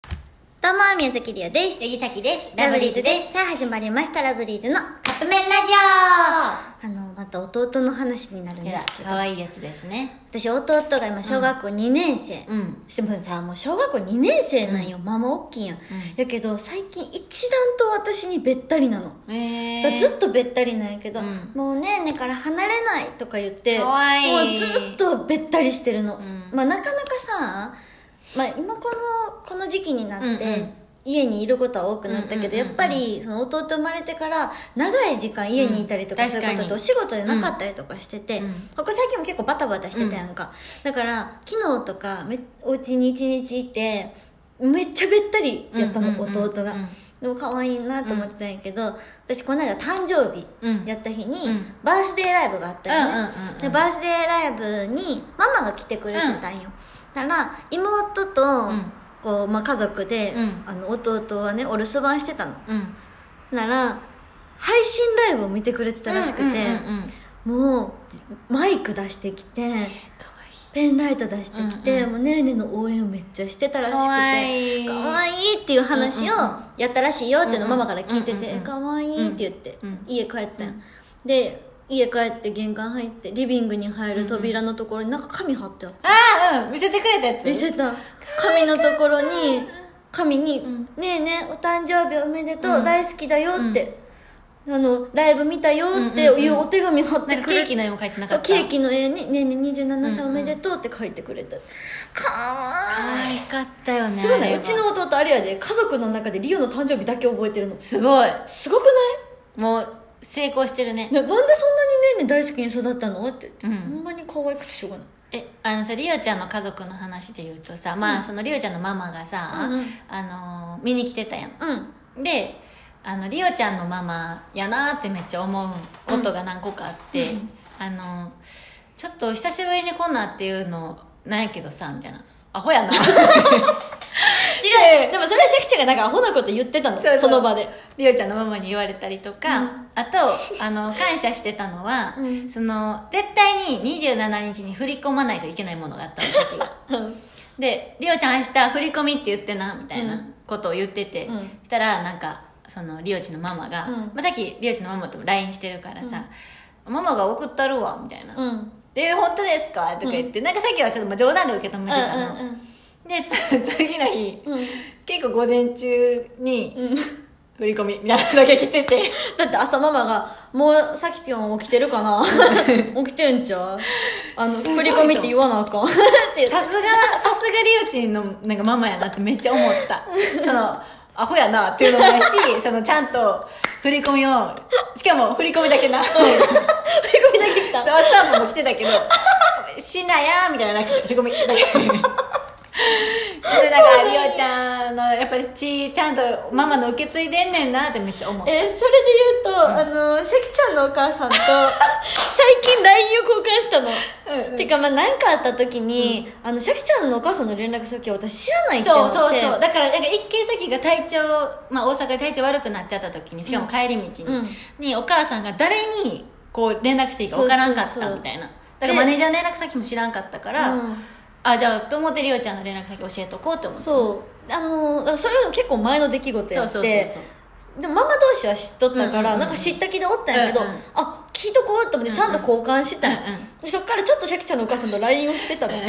どうも、宮崎りおです。杉崎です。ラブリーズです。さあ、始まりました、ラブリーズの。あカップ麺ラジの、また弟の話になるんオいでやすけ、ど可。愛いやつですね。私、弟が今、小学校2年生。うん。してもさ、もう小学校2年生なんよ。ママおっきいやん。やけど、最近一段と私にべったりなの。えー、ずっとべったりなんやけど、うんもうねえねから離れないとか言って、かわいいもうずっとべったりしてるの。んまあなかなかさ、まあ今この、この時期になって、うんうん家にいることは多くなったけど、うんうんうんうんやっぱりその弟生まれてから長い時間家にいたりとかうんそういうことで確かにお仕事でなかったりとかしてて、うんここ最近も結構バタバタしてたやんか、だから昨日とかめお家に一日いてめっちゃべったりやったの、うんうんうんうん弟が、でも可愛いなと思ってたんやけど、私この間誕生日うんやった日に、うんバースデーライブがあったよね、うんうんうんうんでバースデーライブにママが来てくれてたんよ、だから妹と、んこうまあ、家族で、うんあの弟はねお留守番してたのうん。なら配信ライブを見てくれてたらしくて、うんうんうんうんもうマイク出してきて可愛いペンライト出してきて、うんうんもうねーねーの応援をめっちゃしてたらしくてかわいいかわいいっていう話をうんうんやったらしいよっていうのをうんマうんマから聞いてうんうんてうん「かわいい」って言ってうん家帰ったんで家帰って玄関入ってリビングに入る扉のところになんか紙貼ってあったああ、うん。見せてくれたやつ。見せた紙のところに紙に「ねえねえお誕生日おめでとう大好きだよ」ってあのライブ見たよっていうお手紙貼ってなんかくれてケーキの絵も描いてなかそっうた。ケー。キの絵に「ねえねえ27歳おめでとう」って書いてくれた、かわ可愛かったよね。いいすごいあねれはうち。の弟あれやで家族の中でリオの誕生日だけ覚えてるのすすごい。ごくなもう、成功してるね。いななんでそんなにねえねえ大好きに育ったのって言って、うんほんまに可愛くてしょうがないえあのさリオちゃんの家族の話で言うとさまあ、そのリオちゃんのママがうさ、んうんあのー見に来てたやんうんであのリオちゃんのママやなーってめっちゃ思うことが何個かあって、あのちょっと久しぶりにこんなっていうのないけどさみたいなアホやな違うでもそれはシャキちゃんがなんかアホなこと言ってたのそうそうの場でリオちゃんのママに言われたりとか、あとあの感謝してたのは、うんその絶対に27日に振り込まないといけないものがあったの時はで、リオちゃん明日振り込みって言ってな、みたいうなんことを言ってて、うんしたら、なんか、その、リオちのママが、うんまあ、さっきリオちのママとも LINE してるからさ、ママが送ったるわ、みたいな。うんえ、本当ですかとか言って、なんかさっきはちょっとまあ冗談で受け止めてたの。で、つ次の日、うん結構午前中に、うんうん振り込みみたいなのだけ来てて、だって朝ママが「もうさきぴょん起きてるか な起きてんちゃうあのすごい振り込みって言わなあ かん」って言ってさすが、さすがリオちんのなんかママやなってめっちゃ思 った。その、アホやなっていうのもやし、そのちゃんと振り込みを、しかも振り込みだけな。そう、振り込みだけ来たスタンプも来てたけど、しなやーみたいな、振り込みだ け。で、なんか、リオちゃんの、やっぱりち、ちゃんとママの受け継いでんねんなってめっちゃ思う。えーそれで言うと、あのシャキちゃんのお母 さんと最近 LINE を交換したの、うんうんてかまあ何かあった時に、あのシャキちゃんのお母さんの連絡先を私知らないって思そっうてそうそうだからなんか一軒先が体調、まあ、大阪で体調悪くなっちゃった時にしかも帰り道に,、うんにお母さんが誰にこう連絡していいか分からんかっそうそうそたうみたいなだからマネージャーの連絡先も知らんかったから、うんあじゃあと思ってりおちゃんの連絡先教えとこうと思ってそうあのだからそれは結構前の出来事やってそうそうそうそうでもママ同士は知っとったから、うんうんうんなんか知った気でおったんやけど、うんうんあ聞いとこうと思ってちゃんと交換してたんや、うんうんでそっからちょっとシャキちゃんのお母さんと LINE をしてたの、マ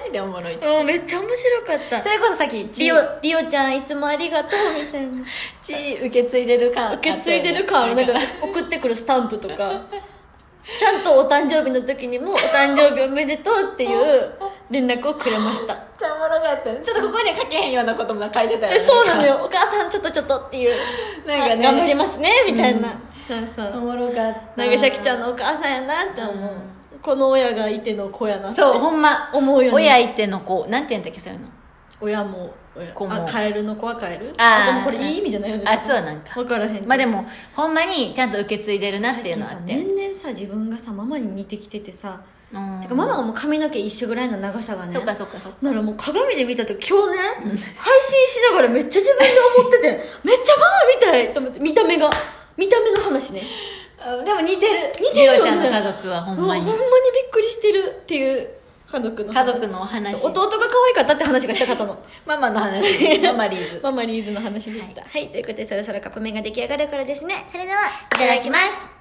ジでおもろいってもうんめっちゃ面白かったそれこそさっきリ血オをリオちゃんいつもありがとうみたいな血受け継いでる感受け継いでる感あるなんか送ってくるスタンプとかちゃんとお誕生日の時にも「お誕生日おめでとう」っていう連絡をくれましためっちゃおもろかったねちょっとここには書けへんようなことも書いてたよねえそうなの よお母さんちょっとちょっとっていうなんかねあ頑張りますねみたいな、そうそおうもろかったなんかシャキちゃんのお母さんやなって思う、この親がいての子やなってそうほんま思うよね親いてのこうなんて言うんだっけそういうの親も親子もあカエルの子はカエルあでーもこれいい意味じゃないよねあそうなんか分からへんけどまあでもほんまにちゃんと受け継いでるなっていうのはあ最っ近てさ年々さ自分がさママに似てきててさうんてかママがもう髪の毛一緒ぐらいの長さがねそっかそっかそっかならもう鏡で見た時今日ね配信しながらめっちゃ自分で思っ ててめっちゃママみたいと思って見た目が見た目の話ねでも似てる似てるよねりょうちゃんの家族はほんまにうわほんまにびっくりしてるっていう家族の家族のお話そう弟が可愛かったって話がしたか ったのママの 話ママリーズママリーズの話でしたはい、ということでそろそろカップ麺が出来上がるからですねそれではいただきます